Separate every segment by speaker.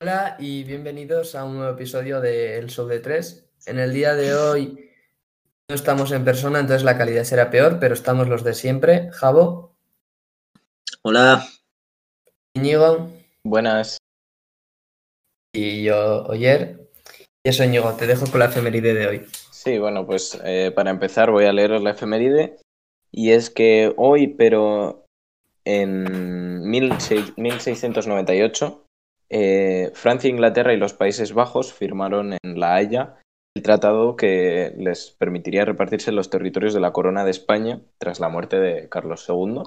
Speaker 1: Hola y bienvenidos a un nuevo episodio de El Show de Tres. En el día de hoy no estamos en persona, entonces la calidad será peor, pero estamos los de siempre. Javo,
Speaker 2: Hola,
Speaker 1: Íñigo
Speaker 3: Buenas.
Speaker 1: y yo, Oyer. Y eso, Íñigo, te dejo con la efeméride de hoy.
Speaker 3: Sí, bueno, pues eh, para empezar voy a leeros la efeméride. Y es que hoy, pero en 16- 1698, eh, Francia, Inglaterra y los Países Bajos firmaron en La Haya el tratado que les permitiría repartirse los territorios de la corona de España tras la muerte de Carlos II.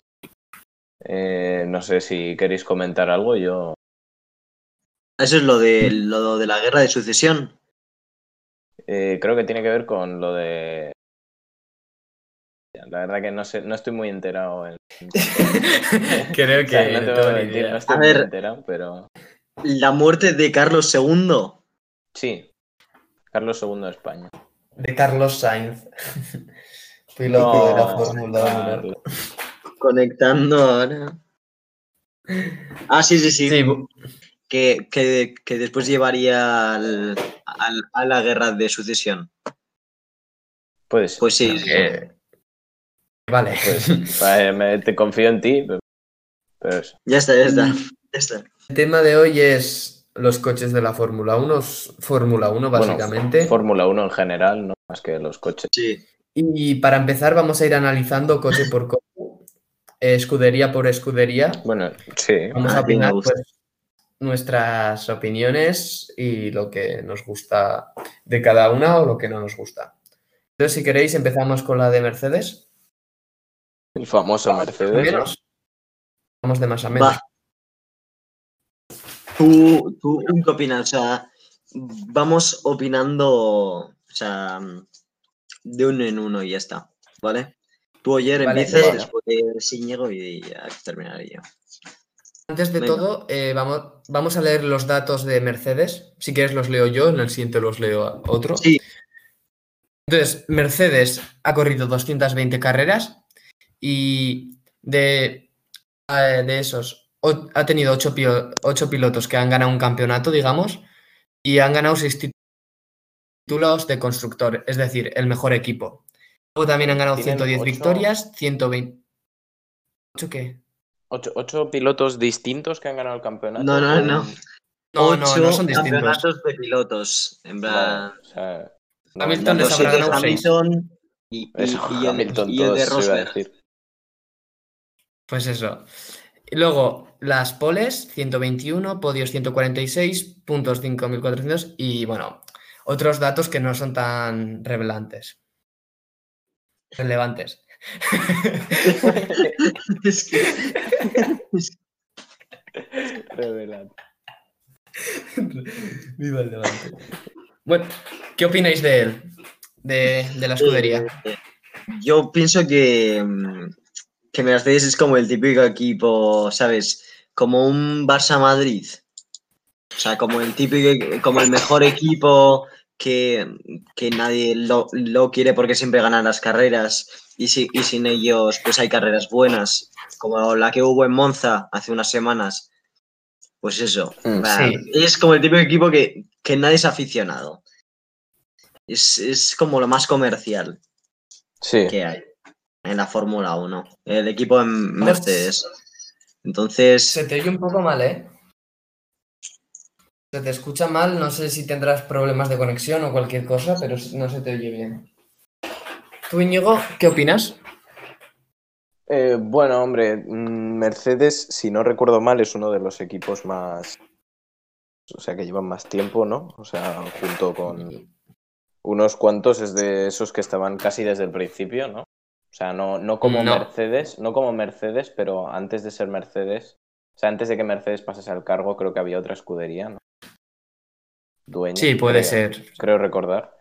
Speaker 3: Eh, no sé si queréis comentar algo, yo...
Speaker 2: eso es lo de, lo de la guerra de sucesión.
Speaker 3: Eh, creo que tiene que ver con lo de. La verdad que no sé, no estoy muy enterado en.
Speaker 1: Creo
Speaker 3: O sea, no te
Speaker 1: tengo
Speaker 3: voy a
Speaker 1: ni
Speaker 3: mentir,
Speaker 1: idea.
Speaker 3: no estoy
Speaker 2: A
Speaker 3: muy
Speaker 2: ver.
Speaker 3: enterado, pero.
Speaker 2: La muerte de Carlos II.
Speaker 3: Sí. Carlos II de España.
Speaker 1: De Carlos Sainz. Piloto de la Fórmula 1.
Speaker 3: Carlos.
Speaker 2: Conectando ahora. Ah, sí, sí, sí.
Speaker 1: Sí, bu-
Speaker 2: Que, que- que después llevaría al- al- a la guerra de sucesión.
Speaker 3: Puede ser.
Speaker 2: Pues sí.
Speaker 1: eh, Vale.
Speaker 3: puede
Speaker 2: Pues-
Speaker 3: ser. Vale, me- te confío en ti, pero. pero eso.
Speaker 2: Ya está, ya está. Ya está.
Speaker 1: El tema de hoy es los coches de la Fórmula 1, s- Fórmula 1
Speaker 3: Bueno,
Speaker 1: básicamente.
Speaker 3: Fórmula 1 en general, no más que los coches.
Speaker 2: Sí.
Speaker 1: y para empezar vamos a ir analizando coche por coche, eh, escudería por escudería.
Speaker 3: Bueno, sí.
Speaker 1: Vamos
Speaker 2: Ah,
Speaker 1: a
Speaker 2: bien,
Speaker 1: opinar
Speaker 2: me gusta.
Speaker 1: pues, nuestras opiniones y lo que nos gusta de cada una o lo que no nos gusta. Entonces, si queréis, empezamos con la de Mercedes.
Speaker 3: El famoso Mercedes. ¿no?
Speaker 1: Menos. Vamos de más a menos.
Speaker 2: Va. ¿Tú, tú qué opinas? O sea, vamos opinando o sea, de uno en uno y ya está. ¿Vale? Tú ayer
Speaker 1: Vale,
Speaker 2: empiezas,
Speaker 3: venga.
Speaker 2: después de Íñigo y ya terminaré yo.
Speaker 1: Antes de
Speaker 2: Venga.
Speaker 1: todo, eh, vamos, vamos a leer los datos de Mercedes. Si quieres los leo yo, en el siguiente los leo a- otro.
Speaker 2: Sí.
Speaker 1: Entonces, Mercedes ha corrido 220 carreras y de, eh, de esos o- ha tenido 8, pilotos que han ganado un campeonato, digamos, y han ganado 6 títulos de constructor, es decir, el mejor equipo. Luego también han ganado
Speaker 3: Tienen
Speaker 1: 110
Speaker 3: ocho-
Speaker 1: victorias, 120... ¿Ocho qué?
Speaker 3: Ocho, ocho pilotos distintos que han ganado el campeonato.
Speaker 2: No, no, no.
Speaker 1: No, no, no son distintos.
Speaker 2: campeonatos de pilotos. En plan,
Speaker 3: Vale, o sea,
Speaker 1: Hamilton
Speaker 3: no,
Speaker 1: les
Speaker 2: los
Speaker 1: habrá
Speaker 2: de
Speaker 1: ganado seis.
Speaker 2: Hamilton y, y-
Speaker 3: Eso,
Speaker 2: y el,
Speaker 3: Hamilton,
Speaker 2: y el
Speaker 3: todos
Speaker 2: de
Speaker 3: se iba a
Speaker 2: Rosberg.
Speaker 3: decir.
Speaker 1: Pues eso. Y luego, las poles, 121, podios 146, puntos 5.400 y, bueno, otros datos que no son tan revelantes. Relevantes.
Speaker 2: Es que,
Speaker 3: Revelante.
Speaker 1: Viva el levante. Bueno, ¿qué opináis de él? De, de la escudería.
Speaker 2: eh, yo pienso que, mm, que Mercedes es como el típico equipo, ¿sabes? Como un Barça Madrid. O sea, como el típico, como el mejor equipo que, que nadie lo, lo quiere porque siempre ganan las carreras y, si- y sin ellos pues hay carreras buenas, como la que hubo en Monza hace unas semanas. Pues eso,
Speaker 3: Mm,
Speaker 2: va,
Speaker 1: sí.
Speaker 2: es como el típico equipo que, que nadie es aficionado. Es, es como lo más comercial
Speaker 3: Sí,
Speaker 2: que hay en la Fórmula 1, el equipo en Mercedes. Entonces,
Speaker 1: Pues, Se te oye un poco mal, ¿eh? Se te escucha mal, no sé si tendrás problemas de conexión o cualquier cosa, pero no se te oye bien. Tú, Íñigo, ¿qué opinas?
Speaker 3: Eh, bueno, hombre, mm, Mercedes, si no recuerdo mal, es uno de los equipos más. O sea, que llevan más tiempo, ¿no? O sea, junto con unos cuantos, es de esos que estaban casi desde el principio, ¿no? O sea, no, no como
Speaker 1: No.
Speaker 3: Mercedes, no como Mercedes, pero antes de ser Mercedes, o sea, antes de que Mercedes pasase al cargo, creo que había otra escudería, ¿no? Dueña,
Speaker 1: Sí, puede
Speaker 3: creo-
Speaker 1: ser.
Speaker 3: Creo recordar.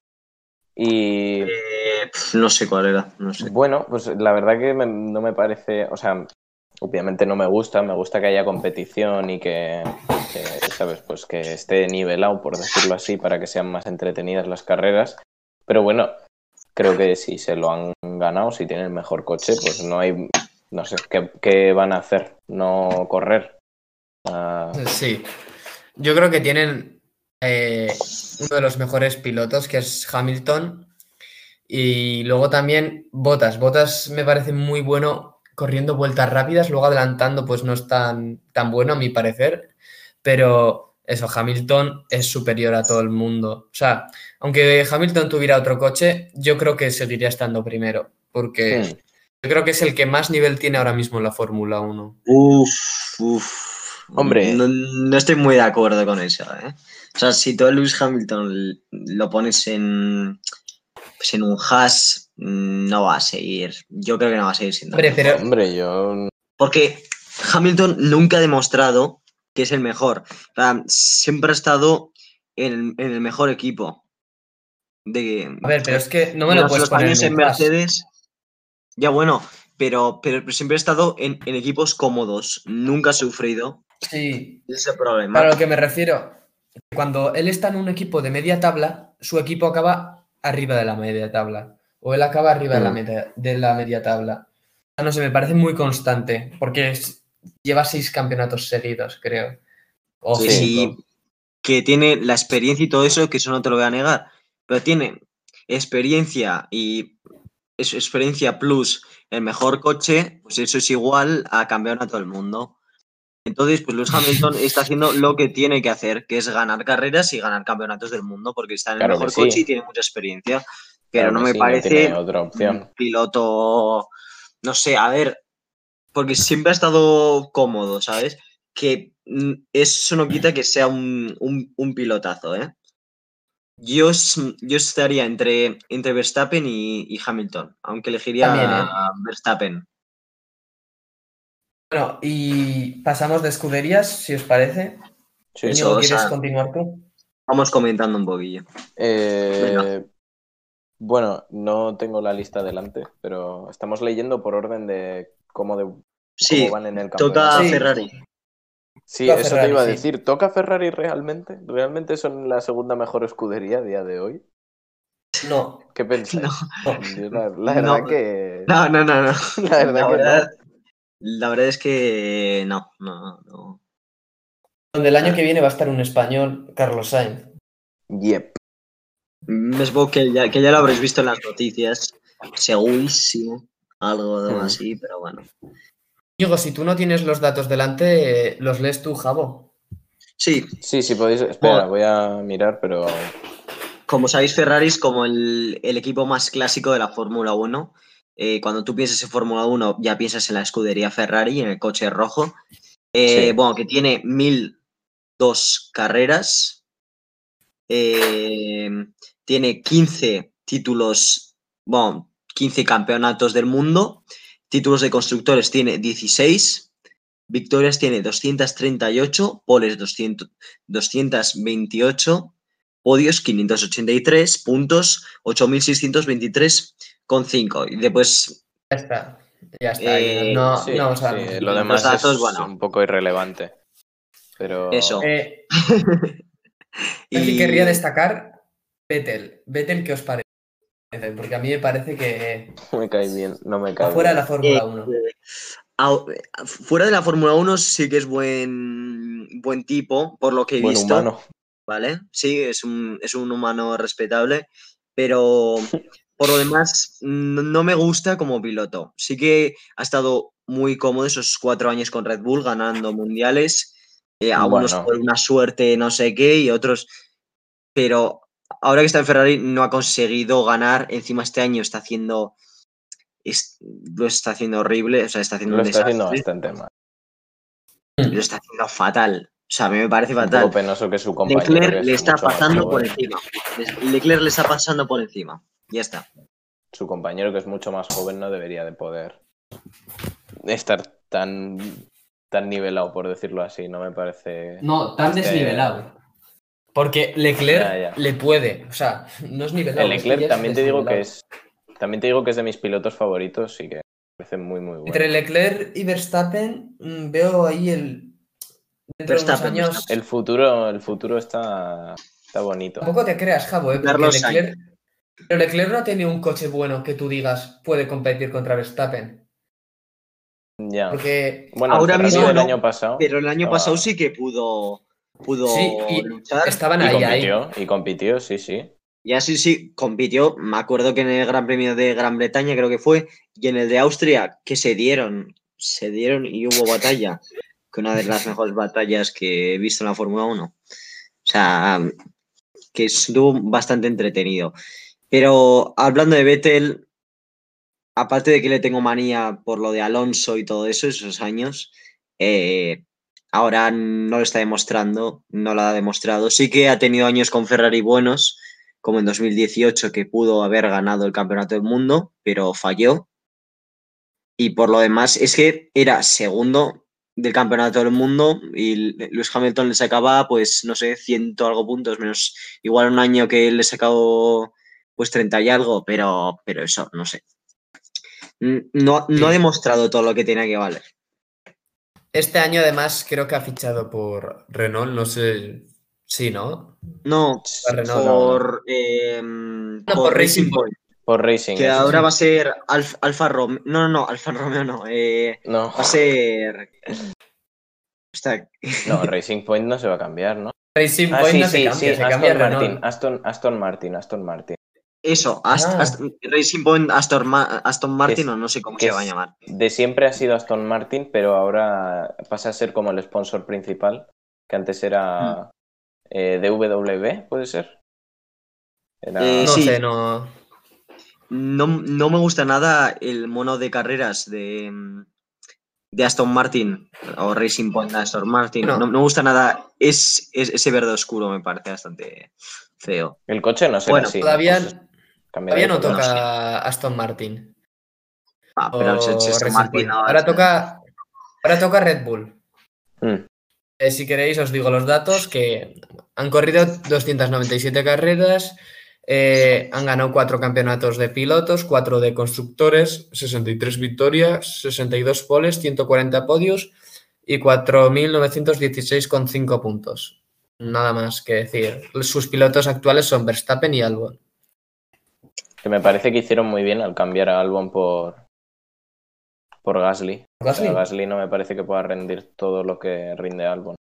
Speaker 3: Y.
Speaker 2: eh, pf, no sé cuál era, no sé.
Speaker 3: Bueno, pues la verdad que me- no me parece, o sea, obviamente no me gusta, me gusta que haya competición y que, que, ¿sabes? Pues que esté nivelado, por decirlo así, para que sean más entretenidas las carreras. Pero bueno, creo que si se lo han ganado, si tienen el mejor coche, pues no hay, no sé, ¿qué, qué van a hacer? No correr. Ah,
Speaker 1: Sí. yo creo que tienen eh, uno de los mejores pilotos, que es Hamilton. Y luego también Botas. Botas me parece muy bueno corriendo vueltas rápidas, luego adelantando, pues no es tan, tan bueno a mi parecer. Pero eso, Hamilton es superior a todo el mundo. O sea, aunque Hamilton tuviera otro coche, yo creo que seguiría estando primero. Porque
Speaker 3: Sí.
Speaker 1: yo creo que es el que más nivel tiene ahora mismo en la Fórmula 1.
Speaker 2: Uf, uf.
Speaker 3: Hombre.
Speaker 2: No, no estoy muy de acuerdo con eso, ¿eh? O sea, si tú a Lewis Hamilton l- lo pones en, pues en un hash, no va a seguir. Yo creo que no va a seguir siendo.
Speaker 1: Hombre, pero
Speaker 3: hmm, Hombre, yo
Speaker 2: Porque Hamilton nunca ha demostrado que es el mejor. O sea, siempre ha estado en, en el mejor equipo. De,
Speaker 1: A ver, pero pues es que no me lo
Speaker 2: Los-
Speaker 1: puedes
Speaker 2: los
Speaker 1: poner
Speaker 2: años
Speaker 1: en
Speaker 2: en
Speaker 1: un pas.
Speaker 2: Mercedes. Ya bueno, pero, pero siempre he estado en, en equipos cómodos. Nunca ha sufrido
Speaker 1: Sí,
Speaker 2: de ese problema.
Speaker 1: para lo que me refiero, cuando él está en un equipo de media tabla, su equipo acaba arriba de la media tabla. O él acaba arriba de, la
Speaker 3: Mm.
Speaker 1: media, de la media tabla. O sea, No sé, me parece muy constante, porque es- lleva seis campeonatos seguidos, creo. O
Speaker 2: que
Speaker 1: cinco.
Speaker 2: sí, que tiene la experiencia y todo eso, que eso no te lo voy a negar. Pero tiene experiencia y es- experiencia plus el mejor coche, pues eso es igual a campeón a todo el mundo. Entonces, pues Lewis Hamilton está haciendo lo que tiene que hacer, que es ganar carreras y ganar campeonatos del mundo, porque está en el
Speaker 3: Claro que
Speaker 2: mejor
Speaker 3: sí.
Speaker 2: coche y tiene mucha experiencia. Pero
Speaker 3: claro
Speaker 2: no
Speaker 3: que
Speaker 2: me
Speaker 3: sí,
Speaker 2: parece
Speaker 3: tiene otra
Speaker 2: un
Speaker 3: opción.
Speaker 2: piloto, no sé, a ver, porque siempre ha estado cómodo, ¿sabes? Que mm, eso no quita que sea un, un- un pilotazo, ¿eh? Yo, es- yo estaría entre, entre Verstappen y, y Hamilton, aunque elegiría
Speaker 1: También, ¿eh?
Speaker 2: a Verstappen.
Speaker 1: Bueno, y pasamos de escuderías, si os parece.
Speaker 2: Eso,
Speaker 3: Sí,
Speaker 1: Íñigo,
Speaker 2: o
Speaker 1: ¿Quieres
Speaker 2: sea-
Speaker 1: continuar tú?
Speaker 2: Vamos comentando un poquillo.
Speaker 3: Eh, bueno, no tengo la lista delante, pero estamos leyendo por orden de cómo, de, cómo
Speaker 2: Sí,
Speaker 3: van en el campeonato.
Speaker 2: toca
Speaker 1: Sí.
Speaker 2: Ferrari.
Speaker 3: Sí,
Speaker 1: Toca
Speaker 3: eso
Speaker 1: Ferrari,
Speaker 3: te iba a
Speaker 1: sí.
Speaker 3: decir. ¿Toca Ferrari realmente? ¿Realmente son la segunda mejor escudería a día de hoy?
Speaker 1: No,
Speaker 3: ¿Qué pensáis?
Speaker 2: No.
Speaker 3: Yo la, la verdad
Speaker 2: No.
Speaker 3: que...
Speaker 2: No, no, no, no.
Speaker 3: La verdad
Speaker 2: La
Speaker 3: que no.
Speaker 2: verdad, la verdad es que no, no, no.
Speaker 1: donde el
Speaker 2: Ah.
Speaker 1: año que viene va a estar un español, Carlos Sainz.
Speaker 3: Yep.
Speaker 2: Me supongo Mm, que ya, que ya lo habréis visto en las noticias, segurísimo, algo de
Speaker 3: Ujú.
Speaker 2: así, pero bueno.
Speaker 1: Diego, si tú no tienes los datos delante, eh, los lees tú, Javo.
Speaker 2: Sí,
Speaker 3: Sí, sí, podéis... Espera,
Speaker 2: Bueno.
Speaker 3: voy a mirar, pero...
Speaker 2: como sabéis, Ferrari es como el, el equipo más clásico de la Fórmula 1. Eh, cuando tú piensas en Fórmula 1, ya piensas en la escudería Ferrari, en el coche rojo. Eh,
Speaker 3: Sí.
Speaker 2: Bueno, que tiene 1002 carreras, eh, tiene 15 títulos, bueno, 15 campeonatos del mundo, títulos de constructores tiene 16, victorias tiene 238, poles 200, 228, podios 583, puntos 8623,5. Y después,
Speaker 1: Ya está. Ya está.
Speaker 2: Eh,
Speaker 1: no,
Speaker 3: sí,
Speaker 1: no, o sea,
Speaker 3: sí,
Speaker 1: no.
Speaker 3: lo demás
Speaker 2: Los datos,
Speaker 3: es
Speaker 2: bueno.
Speaker 3: un poco irrelevante. Pero...
Speaker 2: Eso.
Speaker 1: Eh, yo sí
Speaker 2: y
Speaker 1: querría destacar Vettel. Vettel, ¿qué os parece? Porque a mí me parece que
Speaker 3: Me cae bien, no me cae
Speaker 1: está fuera de
Speaker 3: bien.
Speaker 1: la Fórmula
Speaker 2: Eh,
Speaker 1: 1.
Speaker 2: au- fuera de la Fórmula 1 sí que es buen, buen tipo, por lo que he
Speaker 3: Buen
Speaker 2: visto.
Speaker 3: humano.
Speaker 2: ¿vale? Sí, es un, es un humano respetable, pero por lo demás no, no me gusta como piloto. Sí que ha estado muy cómodo esos cuatro años con Red Bull ganando mundiales, eh, algunos
Speaker 3: Bueno.
Speaker 2: por una suerte no sé qué y otros, pero ahora que está en Ferrari no ha conseguido ganar, encima este año está haciendo... es- lo está haciendo horrible, o sea, está haciendo
Speaker 3: Lo
Speaker 2: un
Speaker 3: está haciendo
Speaker 2: desastre,
Speaker 3: bastante mal.
Speaker 2: lo está haciendo fatal. O sea, a mí me parece
Speaker 3: Un
Speaker 2: fatal.
Speaker 3: poco penoso que su compañero. que
Speaker 2: Leclerc
Speaker 3: es
Speaker 2: le está
Speaker 3: mucho más
Speaker 2: pasando por
Speaker 3: joven-
Speaker 2: encima. Les- Leclerc le está pasando por encima. Ya está.
Speaker 3: Su compañero, que es mucho más joven, no debería de poder estar tan, tan nivelado, por decirlo así. No me parece.
Speaker 1: No, tan
Speaker 3: Este-
Speaker 1: desnivelado. Porque Leclerc
Speaker 3: Ya, ya.
Speaker 1: le puede. O sea, no es nivelado.
Speaker 3: El
Speaker 1: es que
Speaker 3: Leclerc
Speaker 1: ya es
Speaker 3: también te digo que
Speaker 1: desnivelado.
Speaker 3: es. También te digo que es de mis pilotos favoritos y que me parece muy muy bueno.
Speaker 1: Entre Leclerc y Verstappen mm, veo ahí el... Dentro de unos
Speaker 2: Verstappen,
Speaker 1: años...
Speaker 2: Verstappen.
Speaker 3: El futuro, el futuro está, está bonito.
Speaker 1: Tampoco te creas, Javo, ¿eh? Porque
Speaker 2: Carlos Sainz.
Speaker 1: Leclerc... Pero Leclerc no ha tenido un coche bueno que tú digas puede competir contra Verstappen.
Speaker 3: Ya.
Speaker 1: Porque
Speaker 3: Bueno,
Speaker 2: Ahora
Speaker 3: Ahora
Speaker 2: mismo
Speaker 3: mismo el
Speaker 2: no,
Speaker 3: año pasado.
Speaker 2: Pero el año
Speaker 3: Ah.
Speaker 2: pasado sí que pudo pudo
Speaker 1: Sí, y
Speaker 2: luchar.
Speaker 1: Estaban
Speaker 3: Y
Speaker 1: ahí, ahí.
Speaker 3: compitió, y compitió, sí, sí.
Speaker 2: Y así sí, compitió. Me acuerdo que en el Gran Premio de Gran Bretaña, creo que fue, y en el de Austria, que se dieron, se dieron y hubo batalla. Que una de las mejores batallas que he visto en la Fórmula 1. O sea, que estuvo bastante entretenido. Pero hablando de Vettel, aparte de que le tengo manía por lo de Alonso y todo eso, esos años, eh, ahora no lo está demostrando, no lo ha demostrado. Sí que ha tenido años con Ferrari buenos, como en 2018 que pudo haber ganado el campeonato del mundo, pero falló. Y por lo demás es que era segundo del campeonato del mundo y Lewis Hamilton le sacaba pues no sé, ciento algo puntos menos igual un año que él le sacó pues 30 y algo, pero pero eso no sé. N- No, no ha
Speaker 1: Sí.
Speaker 2: demostrado todo lo que tenía que valer.
Speaker 1: Este año, además, creo que ha fichado por Renault, no sé. Sí, ¿no?
Speaker 2: No,
Speaker 1: Para Renault, no,
Speaker 2: por, em,
Speaker 1: por Racing Point.
Speaker 3: Por Racing.
Speaker 2: Que
Speaker 3: eso sí.
Speaker 2: ahora va a ser Alfa, Alfa Romeo. No, no, no, Alfa Romeo no. eh,
Speaker 3: No,
Speaker 2: Va a ser. Está-
Speaker 3: no, Racing Point no se va a cambiar, ¿no?
Speaker 1: Racing
Speaker 3: Ah,
Speaker 1: Point
Speaker 3: sí,
Speaker 1: no se
Speaker 3: sí,
Speaker 1: cambia,
Speaker 3: sí,
Speaker 1: se cambia a
Speaker 3: Aston Martin,
Speaker 1: Renault.
Speaker 3: Aston, Aston Martin, Aston Martin.
Speaker 2: Eso, Ast-
Speaker 1: Ah.
Speaker 2: Ast- Racing Point, Aston, Ma- Aston Martin,
Speaker 3: es-
Speaker 2: o no sé cómo
Speaker 3: que
Speaker 2: se va a
Speaker 3: es-
Speaker 2: llamar.
Speaker 3: De siempre ha sido Aston Martin, pero ahora pasa a ser como el sponsor principal, que antes
Speaker 1: Mm.
Speaker 3: era eh, DWB, ¿puede ser? Era...
Speaker 2: Eh,
Speaker 1: No
Speaker 2: sí.
Speaker 1: sé, no.
Speaker 2: No, no me gusta nada el mono de carreras de, mm, de Aston Martin o Racing Point de Aston Martin.
Speaker 1: No.
Speaker 2: No, no me gusta nada. Es, es- ese verde oscuro me parece bastante feo.
Speaker 3: El coche no será
Speaker 2: Bueno,
Speaker 3: así.
Speaker 1: Todavía,
Speaker 3: entonces cambiará
Speaker 1: todavía no
Speaker 3: de color.
Speaker 1: toca
Speaker 2: sé.
Speaker 1: Aston Martin.
Speaker 2: Ah, pero
Speaker 1: o
Speaker 2: es- es Aston
Speaker 1: Racing
Speaker 2: Martin
Speaker 1: Point. ahora,
Speaker 2: es-
Speaker 1: toca, ahora toca Red Bull.
Speaker 3: Mm.
Speaker 1: Eh, si queréis, os digo los datos que han corrido 297 carreras, eh, han ganado cuatro campeonatos de pilotos, cuatro de constructores, 63 victorias, 62 poles, 140 podios y 4.916,5 puntos. Nada más que decir. Sus pilotos actuales son Verstappen y Albon.
Speaker 3: Que me parece que hicieron muy bien al cambiar a Albon por, por Gasly. O sea,
Speaker 1: Gasly.
Speaker 3: Gasly no me parece que pueda rendir todo lo que rinde Albon.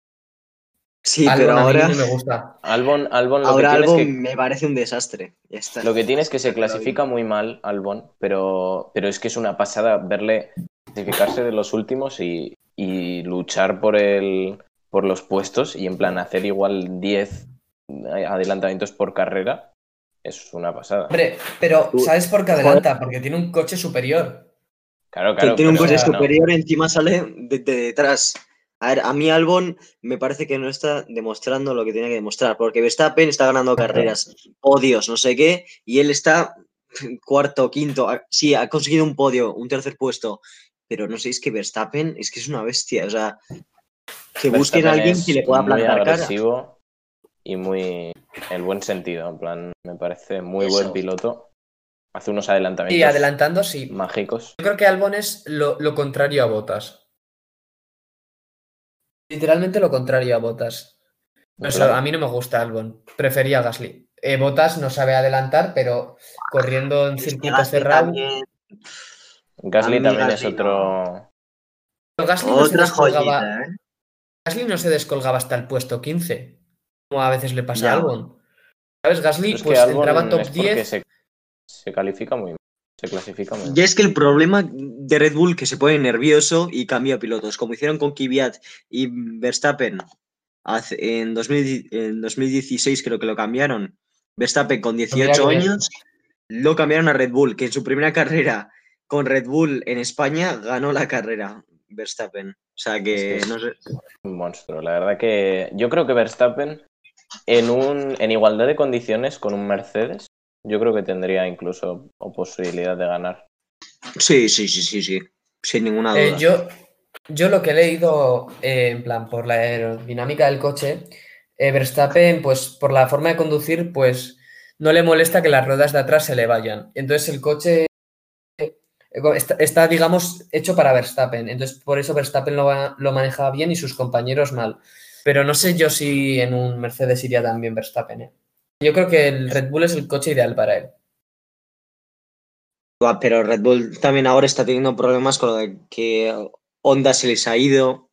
Speaker 2: Sí,
Speaker 1: Albon
Speaker 2: pero
Speaker 1: a mí
Speaker 2: ahora,
Speaker 1: no me gusta.
Speaker 3: Albon, Albon lo,
Speaker 2: ahora
Speaker 3: que tiene
Speaker 2: algo
Speaker 3: es que-
Speaker 2: me parece un desastre. Ya está.
Speaker 3: Lo que tiene es que se
Speaker 2: Pero bien.
Speaker 3: clasifica muy mal Albon, pero, pero es que es una pasada verle clasificarse de los últimos y, y luchar por, el, por los puestos y en plan hacer igual 10 adelantamientos por carrera. Es una pasada.
Speaker 1: Hombre, pero
Speaker 2: Tú-
Speaker 1: ¿sabes por qué adelanta? Porque tiene un coche superior.
Speaker 3: Claro,
Speaker 2: que
Speaker 3: claro.
Speaker 2: tiene un
Speaker 3: pero,
Speaker 2: coche
Speaker 1: o sea,
Speaker 3: no.
Speaker 2: superior, encima sale de, de detrás. A ver, a mí Albon me parece que no está demostrando lo que tiene que demostrar, porque Verstappen está ganando carreras, podios, no sé qué, y él está cuarto, quinto, a- sí, ha conseguido un podio, un tercer puesto, pero no sé, es que Verstappen es que es una bestia, o sea, que busquen a
Speaker 3: Verstappen
Speaker 2: alguien
Speaker 3: es
Speaker 2: que le pueda plantar
Speaker 3: Muy
Speaker 2: cara.
Speaker 3: agresivo y muy. En el buen sentido, en plan, me parece muy
Speaker 2: Eso.
Speaker 3: buen piloto. Hace unos adelantamientos
Speaker 1: Y adelantando, sí.
Speaker 3: mágicos.
Speaker 1: Yo creo que Albon es lo, lo contrario a Botas. Literalmente lo contrario a Botas.
Speaker 3: en plan,
Speaker 1: a mí no me gusta Albon. Prefería a Gasly. Eh, Botas no sabe adelantar, pero corriendo en
Speaker 2: Es que
Speaker 1: circuito
Speaker 2: Gasly
Speaker 1: cerrado.
Speaker 2: también-
Speaker 3: Gasly
Speaker 2: a mí
Speaker 3: también
Speaker 2: Gasly
Speaker 3: es otro.
Speaker 1: Gasly no, se
Speaker 2: Otra
Speaker 1: descolgaba,
Speaker 2: joyita, ¿eh?
Speaker 1: Gasly no se descolgaba hasta el puesto 15, como a veces le pasa
Speaker 2: Ya.
Speaker 1: a Albon. ¿Sabes? Gasly
Speaker 3: Pero es que
Speaker 1: pues
Speaker 3: Albon
Speaker 1: entraba top
Speaker 3: es porque
Speaker 1: 10.
Speaker 3: Se, se califica muy mal. Se clasifica muy
Speaker 2: Y
Speaker 3: mal.
Speaker 2: es que el problema de Red Bull que se pone nervioso y cambia pilotos, como hicieron con Kvyat y Verstappen hace- en, 2000 en 2016 creo que lo cambiaron. Verstappen con
Speaker 1: mira
Speaker 2: 18
Speaker 1: qué bien.
Speaker 2: años lo cambiaron a Red Bull, que en su primera carrera con Red Bull en España ganó la carrera Verstappen. O sea que
Speaker 3: Es que-
Speaker 2: no sé.
Speaker 3: Un monstruo. La verdad que yo creo que Verstappen en, un, en igualdad de condiciones con un Mercedes, yo creo que tendría incluso o posibilidad de ganar.
Speaker 2: Sí, sí, sí, sí, sí. Sin ninguna duda.
Speaker 1: Eh, yo, yo lo que he leído, eh, en plan, por la aerodinámica del coche, eh, Verstappen, pues por la forma de conducir, pues no le molesta que las ruedas de atrás se le vayan. Entonces el coche eh, está, está, digamos, hecho para Verstappen. Entonces por eso Verstappen lo, va- lo maneja bien y sus compañeros mal. Pero no sé yo si en un Mercedes iría tan bien Verstappen. eh. Yo creo que el Red Bull es el coche ideal para él.
Speaker 2: Buah, Ah, Pero Red Bull también ahora está teniendo problemas con lo de que Honda se les ha ido,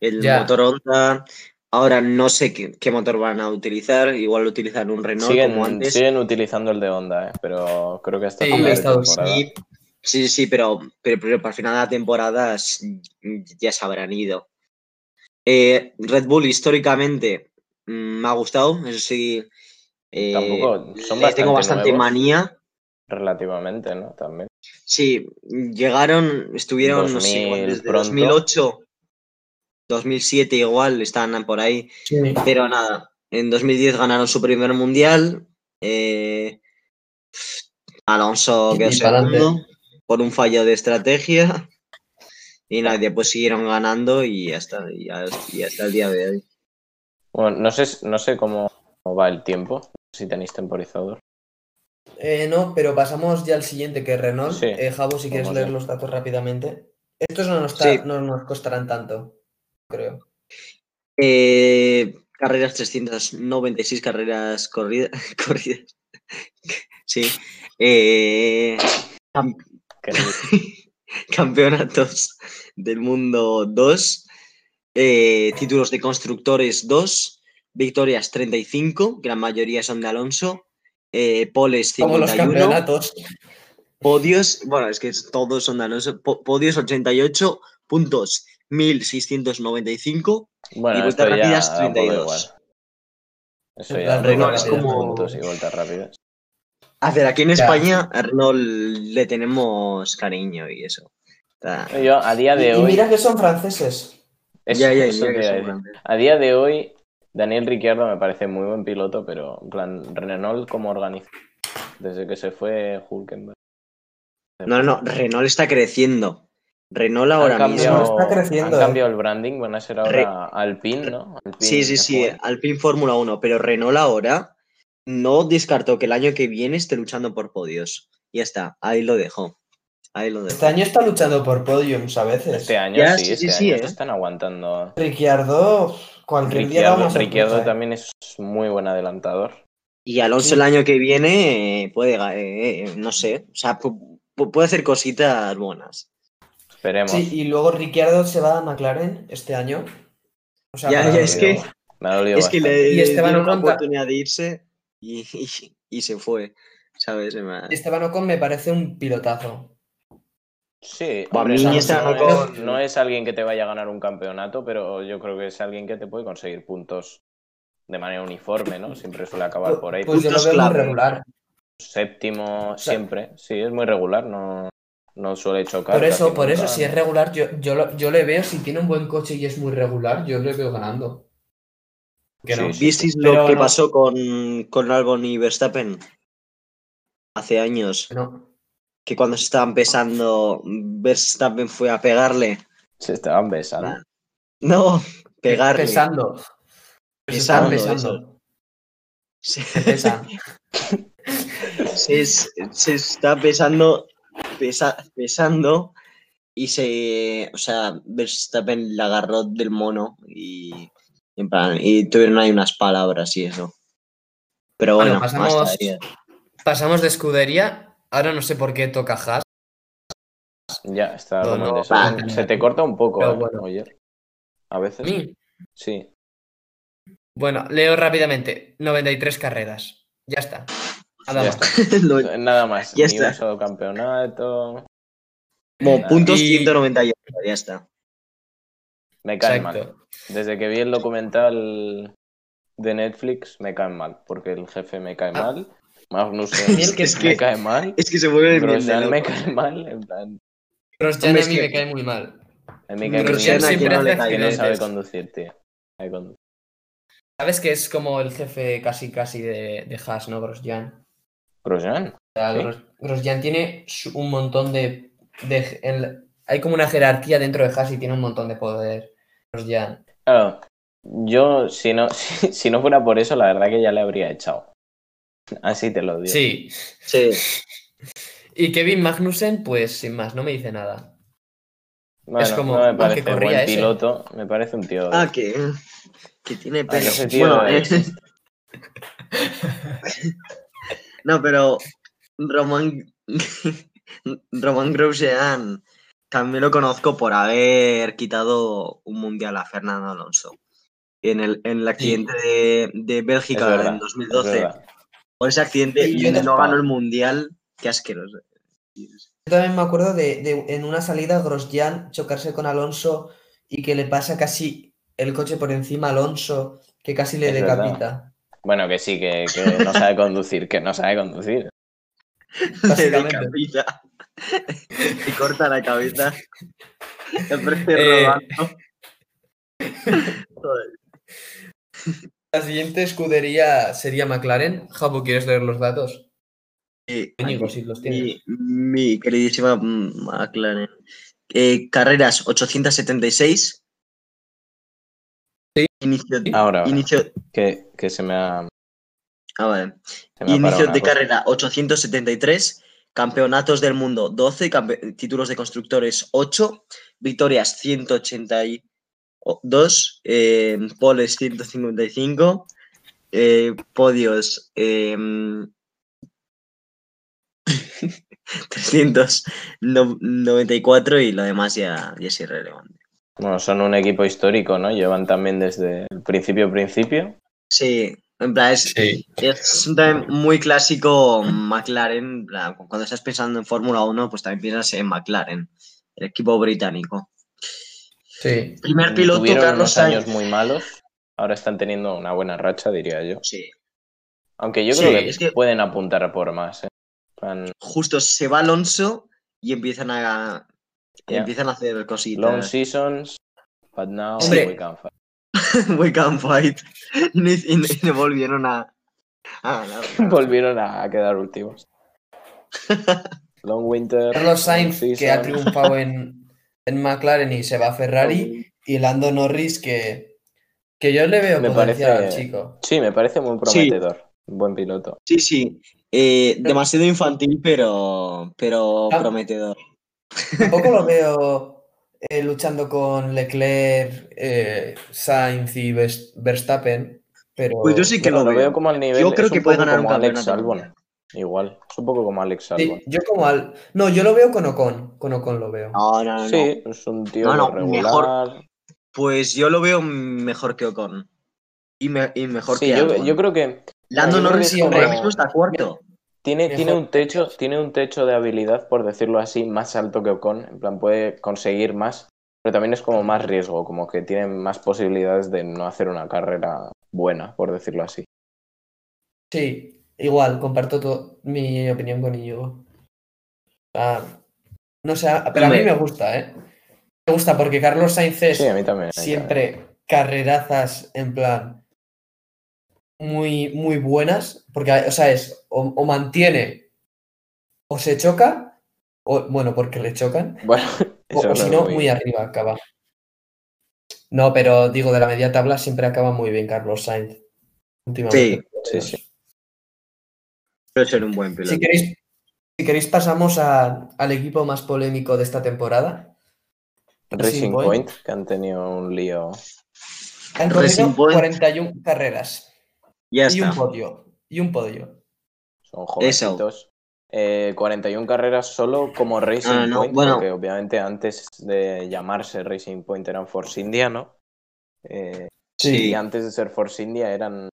Speaker 2: el
Speaker 1: Ya.
Speaker 2: motor Honda, Ahora no sé qué, qué motor van a utilizar, igual utilizan un Renault
Speaker 3: siguen,
Speaker 2: como antes.
Speaker 3: siguen utilizando el de Honda, eh, pero creo que hasta
Speaker 1: Sí,
Speaker 3: final de
Speaker 1: Estados
Speaker 3: temporada.
Speaker 2: Sí, sí, sí, pero, pero, pero para el final de la temporada s- ya se habrán ido. Eh, Red Bull históricamente mm, me ha gustado, eso sí. eh,
Speaker 3: Tampoco, son
Speaker 2: le tengo
Speaker 3: bastante
Speaker 2: bastante
Speaker 3: nuevos.
Speaker 2: manía.
Speaker 3: Relativamente, ¿no? También.
Speaker 2: Sí, llegaron, estuvieron, no sé, igual
Speaker 3: 2000
Speaker 2: desde
Speaker 3: pronto.
Speaker 2: 2008, 2007 igual, estaban por ahí.
Speaker 1: Sí.
Speaker 2: Pero nada, en 2010 ganaron su primer mundial. eh, Alonso
Speaker 1: Y
Speaker 2: quedó
Speaker 1: pa'lante.
Speaker 2: segundo por un fallo de estrategia. Y nada, después siguieron ganando y hasta, y hasta, y hasta el día de hoy.
Speaker 3: Bueno, no sé, no sé cómo va el tiempo, si tenéis temporizador.
Speaker 1: Eh, no, pero pasamos ya al siguiente, que es Renault.
Speaker 3: Sí.
Speaker 1: Eh, Javo, si quieres
Speaker 3: Vamos
Speaker 1: leer
Speaker 3: ya.
Speaker 1: los datos rápidamente. Estos no nos, ta-
Speaker 2: Sí.
Speaker 1: no nos costarán tanto, creo.
Speaker 2: Eh, carreras 396 carreras corrida- corridas. Sí. Eh, cam-
Speaker 3: Que-
Speaker 2: campeonatos del mundo 2, eh, títulos de constructores 2, victorias 35, que la mayoría son de Alonso, eh, poles
Speaker 1: Como los
Speaker 2: 51,
Speaker 1: campeonatos.
Speaker 2: podios, bueno, es que es- todos son de Alonso, po- podios 88, puntos 1695,
Speaker 3: Bueno,
Speaker 2: Y vueltas
Speaker 3: esto ya
Speaker 2: rápidas,
Speaker 3: da un poco
Speaker 2: 32.
Speaker 3: igual. Eso
Speaker 1: En plan,
Speaker 3: ya da un poco
Speaker 1: Renault es
Speaker 3: igual,
Speaker 2: como-
Speaker 3: puntos y vueltas rápidas.
Speaker 2: A ver, aquí en
Speaker 1: Ya.
Speaker 2: España a Renault le tenemos cariño y eso. Está-
Speaker 3: Yo a día de
Speaker 1: Y, y
Speaker 3: hoy.
Speaker 1: mira que son franceses.
Speaker 3: eso-
Speaker 2: ya, ya, ya
Speaker 3: eso te
Speaker 2: que
Speaker 3: iba a
Speaker 2: son
Speaker 3: decir.
Speaker 2: grandes.
Speaker 3: A día de hoy, Daniel Ricciardo me parece muy buen piloto, pero en plan, Renault como organiza. Desde que se fue Hulkenberg.
Speaker 2: No, no, Renault está creciendo. Renault ahora
Speaker 3: han
Speaker 2: mismo.
Speaker 3: cambiado,
Speaker 1: Está creciendo,
Speaker 3: han
Speaker 1: eh.
Speaker 3: cambiado el branding, van a ser ahora Alpine, ¿no? Alpine,
Speaker 2: Sí, sí,
Speaker 3: que
Speaker 2: sí, eh.
Speaker 3: fue.
Speaker 2: Alpine Fórmula 1, pero Renault ahora no descartó que el año que viene esté luchando por podios. Ya está, ahí lo dejó. Ahí lo
Speaker 1: Este
Speaker 2: dejó.
Speaker 1: año está luchando por podiums a veces.
Speaker 3: Este año
Speaker 2: Ya,
Speaker 3: sí,
Speaker 2: sí,
Speaker 3: este
Speaker 2: sí, sí,
Speaker 3: año
Speaker 2: eh.
Speaker 3: se están aguantando.
Speaker 1: Ricciardo, cualquier día da
Speaker 3: Ricciardo,
Speaker 1: una sorpresa,
Speaker 3: Ricciardo
Speaker 1: eh.
Speaker 3: también es muy buen adelantador.
Speaker 2: Y Alonso
Speaker 1: Sí.
Speaker 2: el año que viene eh, puede, ga- eh, eh, no sé, o sea, pu- pu- puede hacer cositas buenas.
Speaker 3: Esperemos.
Speaker 1: Sí, y luego Ricciardo se va a McLaren este año. O sea,
Speaker 2: Ya,
Speaker 3: Me ha
Speaker 1: para-
Speaker 2: ya, es
Speaker 3: dolido,
Speaker 2: que-
Speaker 3: me ha dolido
Speaker 2: Es que
Speaker 3: bastante.
Speaker 2: le
Speaker 1: Y Esteban
Speaker 2: dieron la
Speaker 1: Ocon ta-
Speaker 2: oportunidad de irse y, y- y se fue, ¿sabes? Se me-
Speaker 1: Esteban Ocon me parece un pilotazo.
Speaker 3: Sí,
Speaker 2: Para
Speaker 3: hombre,
Speaker 2: mí
Speaker 3: no,
Speaker 1: Esteban
Speaker 3: no
Speaker 2: Ocon-
Speaker 3: es, no es alguien que te vaya a ganar un campeonato, pero yo creo que es alguien que te puede conseguir puntos de manera uniforme, ¿no? Siempre suele acabar por ahí.
Speaker 1: Pues yo lo
Speaker 2: puntos
Speaker 1: veo muy
Speaker 2: clave.
Speaker 1: regular.
Speaker 3: Séptimo, siempre. Sí, es muy regular, no, no suele chocar.
Speaker 1: Por eso,
Speaker 3: casi
Speaker 1: por
Speaker 3: nunca,
Speaker 1: eso, si
Speaker 3: ¿no?
Speaker 1: es regular, yo, yo, lo- yo le veo, si tiene un buen coche y es muy regular, yo le veo ganando. Que no.
Speaker 3: Sí,
Speaker 2: ¿Visteis
Speaker 1: Pero
Speaker 2: lo que
Speaker 1: no.
Speaker 2: pasó con, con Albon y Verstappen hace años?
Speaker 1: no.
Speaker 2: Que cuando se estaban pesando, Verstappen fue a pegarle.
Speaker 3: Se estaban besando.
Speaker 1: Ah.
Speaker 2: No, pegarle.
Speaker 1: Pesando.
Speaker 2: Pesando,
Speaker 1: Pesando.
Speaker 2: eso.
Speaker 1: pesando.
Speaker 2: Se,
Speaker 1: Te pesa.
Speaker 2: se es- se está pesando, pesa- pesando y se. O sea, Verstappen la agarró del mono y. En plan, y tuvieron ahí unas palabras y eso. Pero
Speaker 1: Bueno,
Speaker 2: bueno,
Speaker 1: pasamos-
Speaker 2: hasta ahí.
Speaker 1: Pasamos de escudería. Ahora no sé por qué toca Haas.
Speaker 3: Ya, está
Speaker 1: No,
Speaker 3: como
Speaker 1: no,
Speaker 3: el desorden.
Speaker 1: vale.
Speaker 3: Se te corta un poco,
Speaker 1: Pero
Speaker 3: ¿eh?
Speaker 1: bueno.
Speaker 3: Oye. A
Speaker 1: A
Speaker 3: veces.
Speaker 1: mí.
Speaker 3: Sí.
Speaker 1: Bueno, leo rápidamente. 93 carreras. Ya está. Nada
Speaker 3: Ya
Speaker 1: más.
Speaker 2: Lo-
Speaker 3: Nada más.
Speaker 2: Ya
Speaker 3: Ni
Speaker 2: está.
Speaker 3: un solo campeonato.
Speaker 2: Como
Speaker 3: Nada.
Speaker 2: puntos
Speaker 1: Y-
Speaker 2: 198, ya está.
Speaker 3: Me cae mal.
Speaker 1: Exacto.
Speaker 3: Desde que vi el documental de Netflix me cae mal, porque el jefe me cae
Speaker 1: Ah.
Speaker 3: mal, Magnussen
Speaker 1: Y el que
Speaker 3: me
Speaker 1: es
Speaker 2: que-
Speaker 3: cae mal,
Speaker 2: Es que se vuelve bien de
Speaker 3: Grosjean me
Speaker 2: loco.
Speaker 3: cae mal, en plan,
Speaker 1: Grosjean
Speaker 2: Hombre,
Speaker 1: a
Speaker 2: es
Speaker 1: mí
Speaker 2: que-
Speaker 1: me cae muy mal.
Speaker 3: a mí me cae
Speaker 2: Grosjean
Speaker 3: muy mal,
Speaker 2: siempre
Speaker 3: que no
Speaker 2: hace
Speaker 3: le cae, que no
Speaker 2: accidentes.
Speaker 3: sabe conducir, tío. Sabe conducir.
Speaker 1: Sabes que es como el jefe casi casi de, de Haas, ¿no? Grosjean.
Speaker 3: Grosjean,
Speaker 1: O sea,
Speaker 3: Sí.
Speaker 1: Gros- Grosjean tiene su- un montón de. de- en- hay como una jerarquía dentro de Haas y tiene un montón de poder. Grosjean.
Speaker 3: claro, yo si no, si, no fuera por eso, la verdad que ya le habría echado. Así te lo digo.
Speaker 1: Sí.
Speaker 2: Sí.
Speaker 1: Y Kevin Magnussen, pues sin más, no me dice nada.
Speaker 3: Bueno,
Speaker 1: es como,
Speaker 3: no
Speaker 1: ah,
Speaker 3: me
Speaker 1: que
Speaker 3: parece
Speaker 1: corría
Speaker 3: buen
Speaker 1: ese.
Speaker 3: piloto, me parece un tío.
Speaker 2: Ah, que, que tiene
Speaker 3: Ah, que
Speaker 2: pelo.
Speaker 3: ese tío
Speaker 2: Bueno, eh,
Speaker 3: es-
Speaker 2: no, pero Román Román Grosjean también lo conozco por haber quitado un mundial a Fernando Alonso. en el, en el accidente de, de Bélgica
Speaker 3: Es verdad,
Speaker 2: en
Speaker 3: Es
Speaker 2: 2012.
Speaker 3: verdad.
Speaker 2: Por ese accidente
Speaker 4: Sí, yo
Speaker 2: no
Speaker 3: tampoco.
Speaker 2: ganó el mundial. Qué asqueroso.
Speaker 4: Yo también me acuerdo de, de en una salida Grosjean chocarse con Alonso y que le pasa casi el coche por encima a Alonso, que casi le
Speaker 3: Es verdad.
Speaker 4: decapita.
Speaker 3: Bueno, que sí, que, que no sabe conducir, que no sabe conducir.
Speaker 2: Le
Speaker 4: Básicamente.
Speaker 2: decapita. Y corta la cabeza. Me parece
Speaker 1: Eh.
Speaker 2: rodando. Joder.
Speaker 1: La siguiente escudería sería McLaren. Japo, ¿quieres leer los datos?
Speaker 2: Sí,
Speaker 1: Íñigo, si los tienes.
Speaker 2: Mi, mi queridísima mm, McLaren. Eh, carreras 876.
Speaker 1: Sí.
Speaker 2: Inicio,
Speaker 3: Ahora, ahora,
Speaker 2: inicio,
Speaker 3: que, que se me ha.
Speaker 2: ah, vale.
Speaker 3: se me ha parado
Speaker 2: Inicios
Speaker 3: una
Speaker 2: de
Speaker 3: cosa.
Speaker 2: carrera 873, campeonatos del mundo 12, campe- títulos de constructores 8, victorias 182, eh, poles 155, eh, podios eh, 394 y lo demás ya, ya es irrelevante.
Speaker 3: Bueno, son un equipo histórico, ¿no? Llevan también desde el principio, principio.
Speaker 2: Sí, en plan, es,
Speaker 1: Sí.
Speaker 2: Es un también muy clásico McLaren. en plan, Cuando estás pensando en Fórmula 1, pues también piensas en McLaren, el equipo británico.
Speaker 1: Sí.
Speaker 2: Primer piloto,
Speaker 3: Tuvieron
Speaker 2: Carlos
Speaker 3: unos años
Speaker 2: Sainz.
Speaker 3: muy malos. Ahora están teniendo una buena racha, diría yo.
Speaker 2: Sí.
Speaker 3: Aunque yo
Speaker 1: Sí,
Speaker 3: creo que,
Speaker 2: es que-
Speaker 3: pueden apuntar por más. ¿eh? Plan,
Speaker 2: Justo se va Alonso y empiezan a,
Speaker 3: Ya.
Speaker 2: empiezan a hacer cositas.
Speaker 3: long seasons, but now
Speaker 1: Hombre.
Speaker 3: we can fight.
Speaker 2: We can fight. Y no, y no- y no volvieron a. a ganar.
Speaker 3: Volvieron a quedar últimos. Long winter.
Speaker 1: Carlos Sainz,
Speaker 3: long
Speaker 1: que ha
Speaker 3: season.
Speaker 1: triunfado en, en McLaren y se va a Ferrari. Y Lando Norris, que, que yo le veo
Speaker 3: Me
Speaker 1: potencial al
Speaker 3: parece-
Speaker 1: chico.
Speaker 3: Sí, me parece muy prometedor. Buen piloto.
Speaker 2: Sí, sí. Eh, demasiado infantil, pero, pero
Speaker 1: Ah.
Speaker 2: prometedor.
Speaker 1: Tampoco
Speaker 4: Tampoco lo veo eh, luchando con Leclerc, eh, Sainz y Vers- Verstappen, pero
Speaker 2: Pues yo sí que
Speaker 3: Bueno,
Speaker 2: lo veo.
Speaker 3: como al nivel.
Speaker 2: Yo creo
Speaker 3: es
Speaker 2: que
Speaker 3: un
Speaker 2: puede
Speaker 3: poco
Speaker 2: ganar un
Speaker 3: como Alex
Speaker 2: campeonato.
Speaker 3: Albon. Igual. Es un poco como Alex
Speaker 4: Sí,
Speaker 3: Albon.
Speaker 4: yo como
Speaker 1: como al... No, yo lo veo con Ocon. Con Ocon lo
Speaker 3: Ah.
Speaker 1: veo.
Speaker 2: No, no, no.
Speaker 3: Sí,
Speaker 2: no.
Speaker 3: es un tío
Speaker 2: No, no,
Speaker 3: regular.
Speaker 2: Pues yo lo veo mejor que Ocon. Y, me- y mejor
Speaker 3: Sí,
Speaker 2: que
Speaker 3: yo,
Speaker 2: Albon.
Speaker 3: yo creo que
Speaker 2: Lando
Speaker 3: yo creo
Speaker 2: Norris
Speaker 3: que es
Speaker 2: ahora
Speaker 3: como-
Speaker 2: mismo está cuarto.
Speaker 3: Tiene,
Speaker 1: Mejor
Speaker 3: tiene un
Speaker 1: que
Speaker 3: techo, tiene un techo de habilidad, por decirlo así, más alto que Ocon. En plan, puede conseguir más, pero también es como más riesgo, como que tiene más posibilidades de no hacer una carrera buena, por decirlo así.
Speaker 4: Sí, igual, comparto to- mi opinión con Íñigo. Ah, no sé, pero a mí
Speaker 2: Hombre.
Speaker 4: me gusta, ¿eh? Me gusta porque Carlos Sainz es
Speaker 3: Sí, a mí también. a mí
Speaker 4: siempre carrerazas en plan muy, muy buenas, porque, o sea, es o, o mantiene o se choca, o bueno, porque le chocan,
Speaker 3: también. Bueno,
Speaker 4: o, o
Speaker 3: eso no
Speaker 4: si
Speaker 3: es
Speaker 4: no,
Speaker 3: muy-
Speaker 4: muy arriba acaba. No, pero digo, de la media tabla siempre acaba muy bien Carlos Sainz. últimamente.
Speaker 3: Sí, sí.
Speaker 2: Puede ser un buen
Speaker 4: Si queréis, si queréis pasamos a- al equipo más polémico de esta temporada.
Speaker 3: Racing Point, que han tenido un lío.
Speaker 4: Han
Speaker 2: Racing
Speaker 4: corrido
Speaker 2: Point.
Speaker 4: 41 carreras
Speaker 2: Ya
Speaker 4: y un
Speaker 2: está.
Speaker 4: podio. Y un podio.
Speaker 3: Son jovencitos. Eh, 41 carreras solo como Racing
Speaker 2: Ah, no,
Speaker 3: Point,
Speaker 2: bueno.
Speaker 3: porque obviamente antes de llamarse Racing Point eran Force India, ¿no? Eh,
Speaker 2: Sí.
Speaker 3: Y antes de ser Force India eran.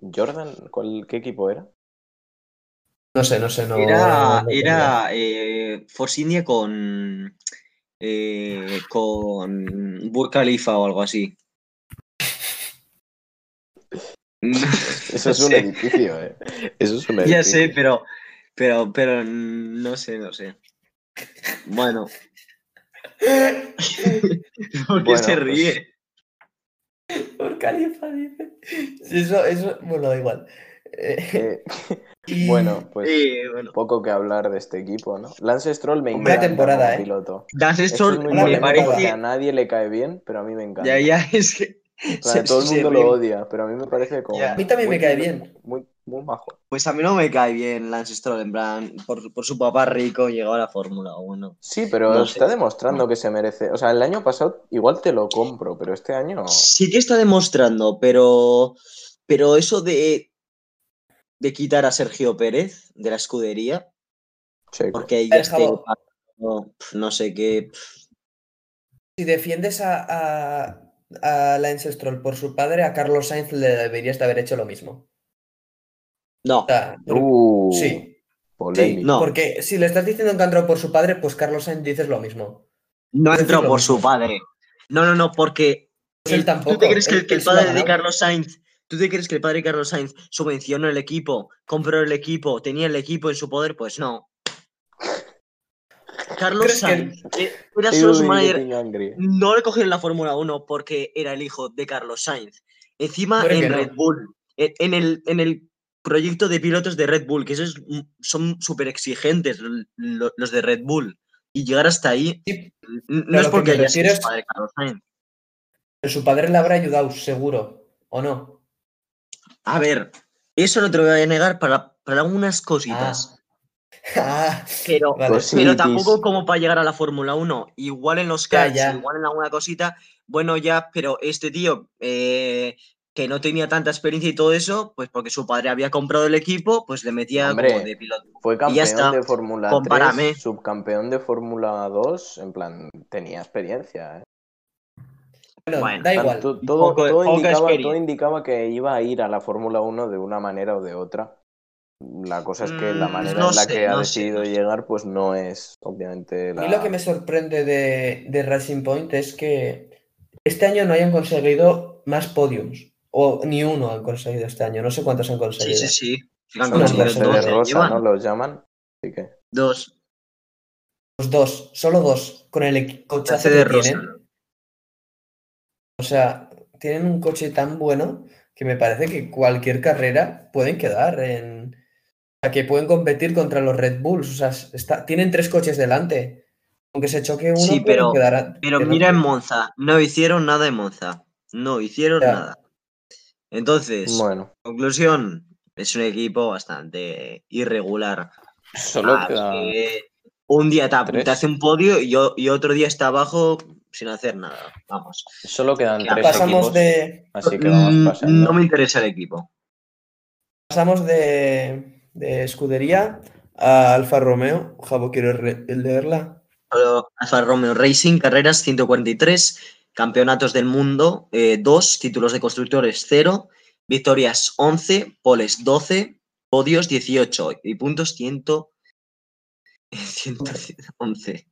Speaker 3: ¿Jordan? ¿Cuál, ¿Qué equipo era?
Speaker 4: No sé, no sé, no.
Speaker 2: Era,
Speaker 4: no
Speaker 2: era eh, Force India con. eh, con. Burj Khalifa o algo así.
Speaker 3: Eso es
Speaker 2: No
Speaker 3: un
Speaker 2: sé.
Speaker 3: edificio, ¿eh? Eso es un edificio.
Speaker 2: Ya sé, pero. Pero, pero no sé, no sé. Bueno,
Speaker 4: tenía.
Speaker 2: ¿por qué
Speaker 3: Bueno,
Speaker 2: se
Speaker 3: pues-
Speaker 2: ríe?
Speaker 4: Por Califa, dice. Sí, Eso, eso, bueno, da igual. Eh,
Speaker 3: Eh,
Speaker 4: y-
Speaker 3: bueno, pues
Speaker 2: Eh, bueno.
Speaker 3: poco que hablar de este equipo, ¿no? Lance Stroll me
Speaker 4: Hombre,
Speaker 3: encanta
Speaker 4: temporada,
Speaker 3: como
Speaker 4: ¿eh?
Speaker 3: piloto.
Speaker 2: Dan
Speaker 3: Esto es
Speaker 2: Stroll
Speaker 3: muy
Speaker 2: me
Speaker 3: polémico porque
Speaker 2: parece.
Speaker 3: a nadie le cae bien, pero a mí me encanta.
Speaker 2: Ya, ya, es que.
Speaker 3: O sea,
Speaker 2: se-
Speaker 3: todo el
Speaker 2: se
Speaker 3: mundo
Speaker 2: ríe.
Speaker 3: lo odia, pero a mí me parece como.
Speaker 2: Ya.
Speaker 4: A mí también
Speaker 3: muy-
Speaker 4: me cae bien.
Speaker 3: Muy, muy majo.
Speaker 2: Pues a mí no me cae bien Lance Stroll, en plan, por, por su papá rico llegó a la Fórmula 1.
Speaker 3: Sí, pero
Speaker 2: No sé.
Speaker 3: está demostrando que se merece. O sea, el año pasado igual te lo compro, pero este año.
Speaker 2: Sí que está demostrando, pero, pero eso de, de quitar a Sergio Pérez de la escudería,
Speaker 3: checo.
Speaker 2: porque ya esté
Speaker 4: Dejado.
Speaker 2: pagando, pf, no sé qué. pf,
Speaker 4: Si defiendes a, a,
Speaker 1: a Lance Stroll por su padre, a Carlos Sainz le deberías de haber hecho lo mismo.
Speaker 2: No,
Speaker 1: O sea,
Speaker 3: Uh,
Speaker 1: sí, sí,
Speaker 3: polémico.
Speaker 2: no.
Speaker 1: porque si le estás diciendo que ha entrado por su padre, pues Carlos Sainz dices lo mismo.
Speaker 2: no
Speaker 1: decir
Speaker 2: entró
Speaker 1: lo
Speaker 2: por
Speaker 1: mismo.
Speaker 2: su padre. No, no, no, porque.
Speaker 1: Pues él
Speaker 2: el- ¿Tú
Speaker 1: tampoco,
Speaker 2: te crees que,
Speaker 1: él-
Speaker 2: que
Speaker 1: él
Speaker 2: el
Speaker 1: se lo ha
Speaker 2: padre de
Speaker 1: ganado.
Speaker 2: Carlos Sainz. ¿Tú te crees que el padre de Carlos Sainz subvencionó el equipo, compró el equipo, tenía el equipo en su poder? Pues no. Carlos
Speaker 1: ¿Crees que-
Speaker 2: Sainz eh, era
Speaker 3: They
Speaker 2: solo su
Speaker 3: will be
Speaker 2: manager
Speaker 3: getting angry.
Speaker 2: no le cogieron la Fórmula 1 porque era el hijo de Carlos Sainz. Encima
Speaker 1: Hombre, que
Speaker 2: en
Speaker 1: no.
Speaker 2: Red Bull, e- en el, en el proyecto de pilotos de Red Bull, que esos mm, son súper exigentes l- lo- los de Red Bull. Y llegar hasta ahí
Speaker 1: Sí,
Speaker 2: n- no
Speaker 1: pero lo
Speaker 2: es
Speaker 1: que
Speaker 2: porque
Speaker 1: me
Speaker 2: haya sido
Speaker 1: refiero
Speaker 2: su
Speaker 1: es-
Speaker 2: padre Carlos Sainz.
Speaker 1: Pero su padre le habrá ayudado, seguro, ¿o no?
Speaker 2: A ver, eso no te lo voy a negar para, para algunas cositas.
Speaker 1: Ah,
Speaker 2: Pero,
Speaker 1: vale.
Speaker 2: pero
Speaker 3: Cositis.
Speaker 2: tampoco como para llegar a la Fórmula 1. Igual en
Speaker 1: Ya,
Speaker 2: los karts,
Speaker 1: ya.
Speaker 2: igual en alguna cosita. Bueno, ya, pero este tío eh, que no tenía tanta experiencia y todo eso, pues porque su padre había comprado el equipo, pues le metía
Speaker 3: Hombre.
Speaker 2: como de piloto.
Speaker 3: Fue
Speaker 2: Y ya está.
Speaker 3: campeón de Fórmula 3,
Speaker 2: Compárame.
Speaker 3: subcampeón de Fórmula 2, en plan, tenía experiencia. ¿eh?
Speaker 1: bueno,
Speaker 2: Bueno,
Speaker 1: da
Speaker 3: En plan,
Speaker 1: igual.
Speaker 3: to- todo,
Speaker 2: Poco-
Speaker 3: todo
Speaker 2: poca
Speaker 3: indicaba, todo
Speaker 2: experiencia.
Speaker 3: indicaba que iba a ir a la Fórmula 1 de una manera o de otra. La cosa es que la
Speaker 2: Mm,
Speaker 3: manera
Speaker 2: no
Speaker 3: en la
Speaker 2: sé,
Speaker 3: que ha
Speaker 2: no sé,
Speaker 3: decidido
Speaker 2: no sé.
Speaker 3: llegar, pues no es obviamente
Speaker 1: A
Speaker 3: la...
Speaker 1: mí lo que me sorprende de, de Racing Point es que este año no hayan conseguido más podiums. O ni uno han conseguido este año. No sé cuántos han
Speaker 2: Sí,
Speaker 1: conseguido.
Speaker 2: sí, sí. Lo han
Speaker 3: Son los
Speaker 1: Bueno,
Speaker 2: conseguido
Speaker 1: Mercedes
Speaker 2: dos,
Speaker 3: Mercedes
Speaker 2: ¿eh?
Speaker 3: Rosa,
Speaker 2: Llevan
Speaker 3: ¿no? Los llaman. Así que...
Speaker 2: dos.
Speaker 1: Pues dos, solo dos. Con el equi- cochazo que
Speaker 2: Mercedes Rosa.
Speaker 1: tienen. O sea, tienen un coche tan bueno que me parece que cualquier carrera pueden quedar en. o sea, que pueden competir contra los Red Bulls. O sea, está- tienen tres coches delante. Aunque se choque uno,
Speaker 2: Sí,
Speaker 1: pueden
Speaker 2: pero-
Speaker 1: quedar a-
Speaker 2: Pero
Speaker 1: delante.
Speaker 2: mira en Monza, no hicieron nada en Monza. No hicieron
Speaker 1: Ya.
Speaker 2: nada. Entonces,
Speaker 3: Bueno,
Speaker 2: conclusión, es un equipo bastante irregular.
Speaker 3: solo
Speaker 2: Ah,
Speaker 3: queda-
Speaker 2: eh, un día te,
Speaker 3: tres.
Speaker 2: te hace un podio y, o- y otro día está abajo sin hacer nada. Vamos.
Speaker 3: solo quedan
Speaker 2: Ya,
Speaker 3: tres
Speaker 1: Pasamos
Speaker 3: equipos,
Speaker 1: de.
Speaker 3: así que vamos
Speaker 2: Mm,
Speaker 3: pasando.
Speaker 2: No me interesa el equipo.
Speaker 1: Pasamos de, de escudería a Alfa Romeo. Javo, quiero re- leerla.
Speaker 2: Solo Alfa Romeo Racing, carreras 143, campeonatos del mundo 2, títulos de constructores 0, victorias 11, poles 12, podios 18 y puntos 100, 111.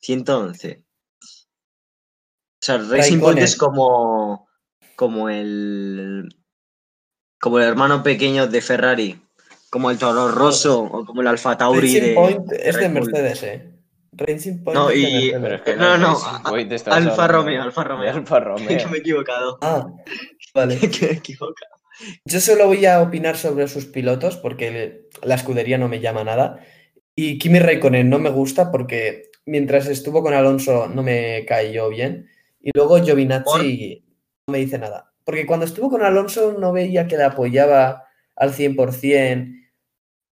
Speaker 2: 111. O sea, Racing Point es
Speaker 1: Raikkonen.
Speaker 2: como, como el como el hermano pequeño de Ferrari, como el Toro Rosso o como el Alfa Tauri
Speaker 1: Racing
Speaker 2: de
Speaker 1: Point es de
Speaker 2: Red Bull.
Speaker 1: Mercedes, ¿eh? Racing Point
Speaker 2: No,
Speaker 1: es de
Speaker 2: y-
Speaker 3: Pero es
Speaker 1: Mercedes.
Speaker 3: que
Speaker 2: No, no,
Speaker 3: Racing Point estabas
Speaker 2: Alfa
Speaker 3: hablando
Speaker 2: Romeo, Alfa
Speaker 3: de
Speaker 2: Romeo.
Speaker 3: Alfa
Speaker 2: Que
Speaker 3: Romeo.
Speaker 2: me he equivocado.
Speaker 1: Ah, vale.
Speaker 2: Que me he equivocado.
Speaker 1: Yo solo voy a opinar sobre sus pilotos porque el- la escudería no me llama nada. Y Kimi Raikkonen no me gusta porque mientras estuvo con Alonso no me cayó bien. Y luego Giovinazzi no me dice nada. Porque cuando estuvo con Alonso no veía que le apoyaba al 100%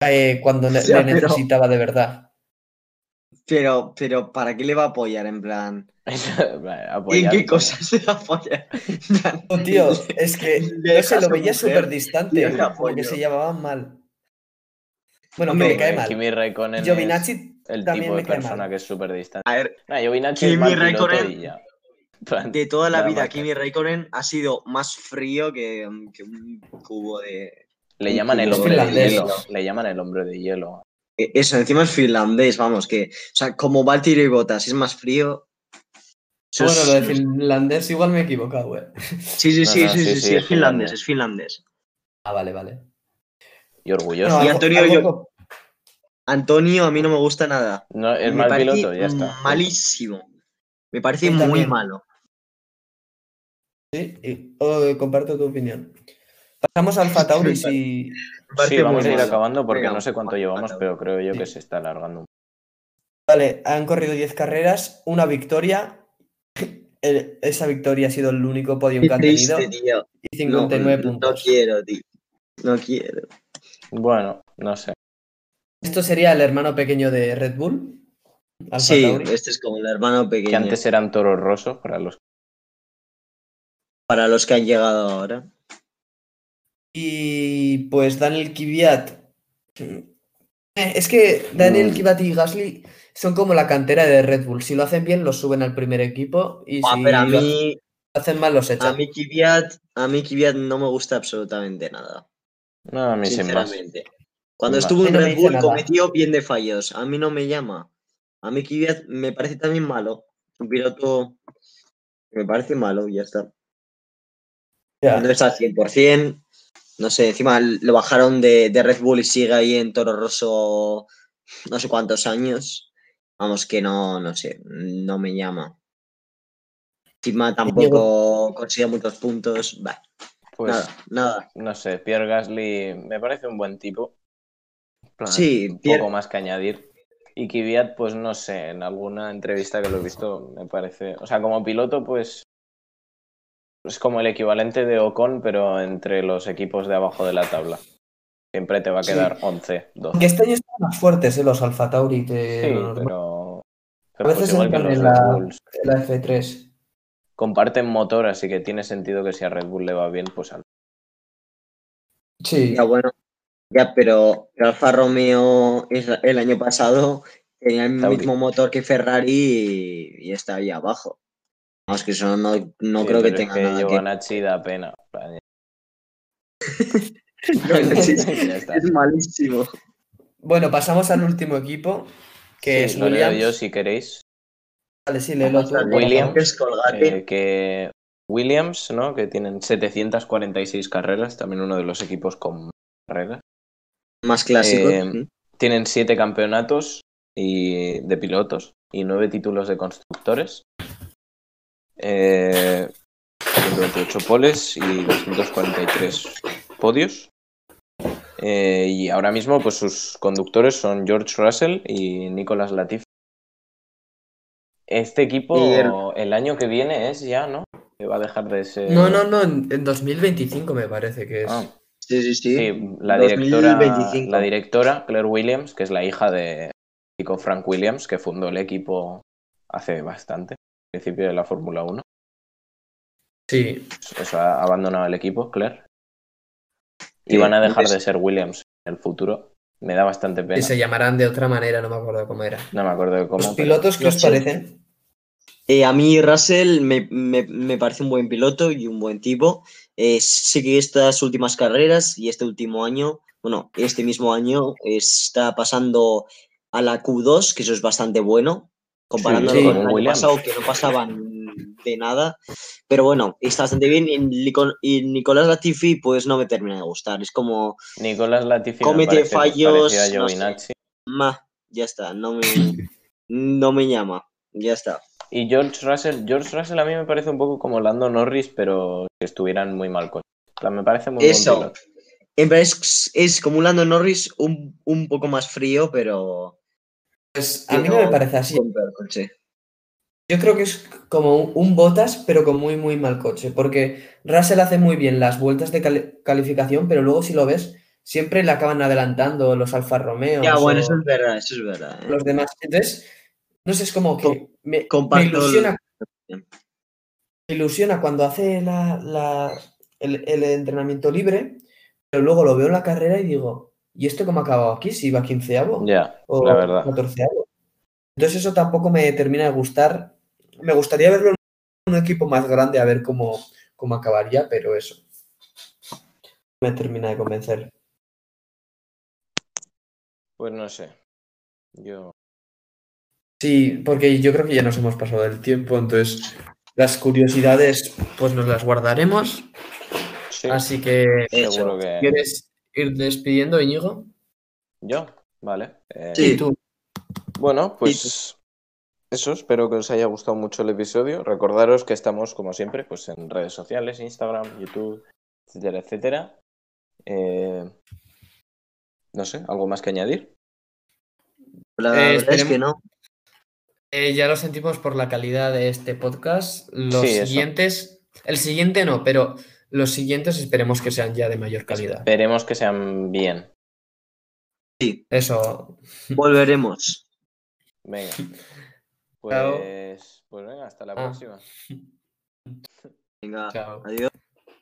Speaker 1: eh, cuando le,
Speaker 2: Ya,
Speaker 1: le
Speaker 2: pero-
Speaker 1: necesitaba de verdad.
Speaker 2: Pero, pero, ¿para qué le va a apoyar? En plan.
Speaker 3: Vale,
Speaker 2: ¿En
Speaker 3: apoyar,
Speaker 2: qué cosas le va a apoyar? En plan,
Speaker 3: Oh,
Speaker 1: No, tío, es que
Speaker 2: Le
Speaker 1: no se
Speaker 2: deja
Speaker 1: lo
Speaker 2: su
Speaker 1: veía
Speaker 2: mujer,
Speaker 1: súper distante,
Speaker 2: deja
Speaker 1: porque
Speaker 2: apoyo.
Speaker 1: se llevaban mal. Bueno,
Speaker 2: Hombre,
Speaker 1: me cae
Speaker 3: Hombre,
Speaker 1: mal.
Speaker 3: Kimi Raikkonen es
Speaker 1: Giovinazzi
Speaker 3: el
Speaker 1: también
Speaker 3: tipo
Speaker 1: me
Speaker 3: de
Speaker 1: cae
Speaker 3: persona
Speaker 1: mal.
Speaker 3: que es súper distante.
Speaker 2: A ver,
Speaker 3: Nah, Giovinazzi es
Speaker 2: Kimi
Speaker 3: mal piloto
Speaker 2: Raikkonen-
Speaker 3: y ya. En plan,
Speaker 2: de toda la
Speaker 3: Nada
Speaker 2: vida,
Speaker 3: más.
Speaker 2: Kimi Raikkonen ha sido más frío que, que un cubo de.
Speaker 3: Le llaman el
Speaker 2: Es
Speaker 3: hombre de
Speaker 1: finlandés.
Speaker 3: hielo. Le llaman el hombre de hielo.
Speaker 2: E- Eso, encima es finlandés, vamos, que. O sea, como Valtteri Bottas es más frío. eso
Speaker 1: Ah, Bueno,
Speaker 2: es-
Speaker 1: lo de finlandés igual me he equivocado, eh.
Speaker 2: Sí, sí,
Speaker 3: No,
Speaker 2: sí,
Speaker 3: no,
Speaker 2: sí, sí, sí, es finlandés, es finlandés.
Speaker 1: Ah, vale, vale.
Speaker 3: Y orgulloso.
Speaker 1: Bueno,
Speaker 2: Y
Speaker 1: algo-
Speaker 2: Antonio
Speaker 1: algo
Speaker 2: yo-
Speaker 1: co-
Speaker 2: Antonio a mí no me gusta nada.
Speaker 3: No, es
Speaker 2: Me
Speaker 3: mal
Speaker 2: parece
Speaker 3: piloto, ya está.
Speaker 2: Malísimo. Me parece
Speaker 1: Él
Speaker 2: muy
Speaker 1: también.
Speaker 2: malo.
Speaker 1: Sí, y- oh, comparto tu opinión. Pasamos al Alfa Tauri si...
Speaker 3: Sí, vamos a ir
Speaker 2: Bueno,
Speaker 3: acabando porque
Speaker 2: venga,
Speaker 3: no sé cuánto
Speaker 2: vale,
Speaker 3: llevamos,
Speaker 2: vale.
Speaker 3: pero creo yo que
Speaker 1: Sí.
Speaker 3: se está alargando. un
Speaker 1: Vale, han corrido 10 carreras, una victoria. El- esa victoria ha sido el único podio que
Speaker 2: Qué
Speaker 1: han
Speaker 2: triste,
Speaker 1: tenido
Speaker 2: tío.
Speaker 1: y
Speaker 2: No,
Speaker 1: 59
Speaker 2: no
Speaker 1: puntos.
Speaker 2: quiero, tío. No quiero.
Speaker 3: poco. Bueno, no sé.
Speaker 1: Esto sería el hermano pequeño de Red Bull. Alfa
Speaker 2: sí,
Speaker 1: Tauri.
Speaker 2: este es como el hermano
Speaker 3: Que
Speaker 2: pequeño.
Speaker 3: antes eran toros rosos para los
Speaker 2: Para los que han llegado ahora.
Speaker 1: Y pues Daniel Kvyat. Eh, Es que Daniel
Speaker 3: Mm.
Speaker 1: Kvyat y Gasly son como la cantera de Red Bull. Si lo hacen bien, los suben al primer equipo y
Speaker 2: Buah,
Speaker 1: si
Speaker 2: pero a
Speaker 1: lo-
Speaker 2: mí,
Speaker 1: hacen mal los
Speaker 2: A
Speaker 1: hechos.
Speaker 2: mí Kvyat, a mí Kvyat no me gusta absolutamente nada.
Speaker 3: No, a mí sin más.
Speaker 2: Sinceramente. Cuando
Speaker 3: Sin más.
Speaker 2: estuvo
Speaker 1: A mí
Speaker 2: en
Speaker 1: no me
Speaker 2: Red
Speaker 1: dice
Speaker 2: Bull
Speaker 1: nada.
Speaker 2: cometió bien de fallos. A mí no me llama. A mí Kvyat me parece también malo. Un piloto que me parece malo y ya está.
Speaker 1: Ya.
Speaker 2: No está al 100%. No sé, encima lo bajaron de, de Red Bull y sigue ahí en Toro Rosso no sé cuántos años. Vamos que no, no sé, no me llama. Encima tampoco consigue muchos puntos. Bah,
Speaker 3: Pues
Speaker 2: nada, nada.
Speaker 3: no sé, Pierre Gasly me parece un buen tipo. En plan,
Speaker 2: Sí,
Speaker 3: un
Speaker 2: Pierre-
Speaker 3: poco más que añadir. Y Kvyat, pues no sé, en alguna entrevista que lo he visto me parece, o sea, como piloto pues es como el equivalente de Ocon, pero entre los equipos de abajo de la tabla. Siempre te va a
Speaker 2: Sí.
Speaker 3: quedar 11, 12.
Speaker 1: Que este año están más fuertes eh, los Alfa Tauri que
Speaker 3: Sí,
Speaker 1: lo normal,
Speaker 3: pero,
Speaker 1: A
Speaker 3: pero
Speaker 1: veces
Speaker 3: pues igual que
Speaker 1: entran
Speaker 3: los
Speaker 1: en
Speaker 3: Red
Speaker 1: la-
Speaker 3: Bulls.
Speaker 1: la F3.
Speaker 3: Comparten motor, así que tiene sentido que si a Red Bull le va bien, pues al...
Speaker 1: Sí,
Speaker 2: Ya, bueno, ya, pero el Alfa Romeo es- el año pasado tenía el
Speaker 3: Tauri.
Speaker 2: mismo motor que Ferrari y, y está ahí abajo. Vamos, que eso no, no
Speaker 3: Sí,
Speaker 2: creo que
Speaker 3: pero es
Speaker 2: tenga
Speaker 3: que
Speaker 2: nada que
Speaker 3: Giovanacci da pena. en plan,
Speaker 2: No, es,
Speaker 3: ya está.
Speaker 2: es malísimo.
Speaker 1: Bueno, pasamos al último equipo, que
Speaker 3: Sí,
Speaker 1: es
Speaker 3: lo leo
Speaker 1: Williams.
Speaker 3: yo si queréis.
Speaker 1: Vale, sí, léelo tú.
Speaker 3: Williams.
Speaker 2: Es colgate.
Speaker 3: Eh, que Williams, ¿no? Que tienen 746 carreras, también uno de los equipos con más carreras.
Speaker 2: más clásico.
Speaker 3: eh, Tienen siete campeonatos y de pilotos y nueve títulos de constructores. Eh, 128 poles y 243 podios. Eh, y ahora mismo, pues sus conductores son George Russell y Nicolas Latifi. Este
Speaker 2: Y
Speaker 3: equipo
Speaker 2: el-
Speaker 3: el año que viene es ya, ¿no? Que va a dejar de ser.
Speaker 1: No, no, no, en, en 2025 me parece que es.
Speaker 3: Ah.
Speaker 2: sí, sí, sí.
Speaker 3: Sí, la directora,
Speaker 2: 2025.
Speaker 3: la directora, Claire Williams, que es la hija de chico Frank Williams, que fundó el equipo hace bastante, al principio de la Fórmula 1.
Speaker 1: Sí,
Speaker 3: Eso ha abandonado el equipo, Claire. Y
Speaker 2: Sí,
Speaker 3: van a dejar
Speaker 2: es-
Speaker 3: de ser Williams en el futuro. Me da bastante
Speaker 1: que
Speaker 3: pena.
Speaker 1: se llamarán de otra manera, no me acuerdo cómo era.
Speaker 3: No me acuerdo de cómo.
Speaker 1: ¿Los
Speaker 3: pero-
Speaker 1: pilotos qué
Speaker 2: Pues no
Speaker 1: os
Speaker 2: sé.
Speaker 1: parecen?
Speaker 2: Eh, a mí Russell me, me- me parece un buen piloto y un buen tipo. Eh, sé que estas últimas carreras y este último año, bueno, este mismo año está pasando a la Q2, que eso es bastante bueno, comparándolo
Speaker 1: sí,
Speaker 2: con
Speaker 3: con
Speaker 2: el año
Speaker 3: Williams.
Speaker 2: pasado, que no pasaban de nada. Pero bueno, está bastante bien. Y, Nico- y Nicolás Latifi, pues no me termina de gustar. Es como,
Speaker 3: Nicolás Latifi me
Speaker 2: Comete
Speaker 3: parece
Speaker 2: fallos,
Speaker 3: parecido a
Speaker 2: no sé.
Speaker 3: Giovinazzi.
Speaker 2: ma, ya está, no me, no me llama. Ya está.
Speaker 3: Y George Russell, George Russell a mí me parece un poco como Lando Norris, pero que estuvieran muy mal con. en plan, Me parece muy buen
Speaker 2: Eso.
Speaker 3: piloto.
Speaker 2: En verdad es, es como un Lando Norris un, un poco más frío, pero.
Speaker 1: Pues a mí no me parece así.
Speaker 2: con peor coche.
Speaker 1: Yo creo que es como un, un Botas, pero con muy, muy mal coche. Porque Russell hace muy bien las vueltas de cali- calificación, pero luego si lo ves, siempre le acaban adelantando los Alfa Romeo.
Speaker 2: Ya, bueno, eso es verdad, eso es verdad. ¿eh?
Speaker 1: los demás. Entonces, no sé, es como que
Speaker 2: Com-
Speaker 1: me, me
Speaker 2: comparto el-
Speaker 1: ilusiona, me ilusiona cuando hace la, la- el, el entrenamiento libre, pero luego lo veo en la carrera y digo, ¿y esto cómo ha acabado aquí? Si iba quinceavo
Speaker 3: Ya,
Speaker 1: o
Speaker 3: la verdad.
Speaker 1: catorceavo. Entonces eso tampoco me termina de gustar. Me gustaría verlo en un equipo más grande a ver cómo, cómo acabaría, pero eso. no Me termina de convencer.
Speaker 3: Pues no sé. Yo.
Speaker 1: Sí, porque yo creo que ya nos hemos pasado del tiempo, entonces las curiosidades pues nos las guardaremos.
Speaker 3: Sí,
Speaker 1: Así que,
Speaker 2: Eso.
Speaker 3: seguro que.
Speaker 1: Ah, ¿quieres ir despidiendo, Íñigo?
Speaker 3: Yo, vale. Eh,
Speaker 2: Sí.
Speaker 1: Y tú,
Speaker 3: Bueno, pues. Eso, espero que os haya gustado mucho el episodio. Recordaros que estamos, como siempre, pues en redes sociales, Instagram, YouTube, etcétera, etcétera. Eh, no sé, ¿algo más que añadir?
Speaker 2: La
Speaker 1: Eh,
Speaker 2: verdad es que
Speaker 1: esperemos-
Speaker 2: no.
Speaker 1: eh, ya lo sentimos por la calidad de este podcast. Los
Speaker 3: Sí, eso.
Speaker 1: siguientes, el siguiente no, pero los siguientes esperemos que sean ya de mayor calidad.
Speaker 3: Esperemos que sean bien.
Speaker 1: Eso,
Speaker 2: Volveremos.
Speaker 3: Venga.
Speaker 1: Chao.
Speaker 3: Pues, pues venga, hasta la
Speaker 1: Ah.
Speaker 3: próxima.
Speaker 2: Venga,
Speaker 1: chao.
Speaker 2: adiós.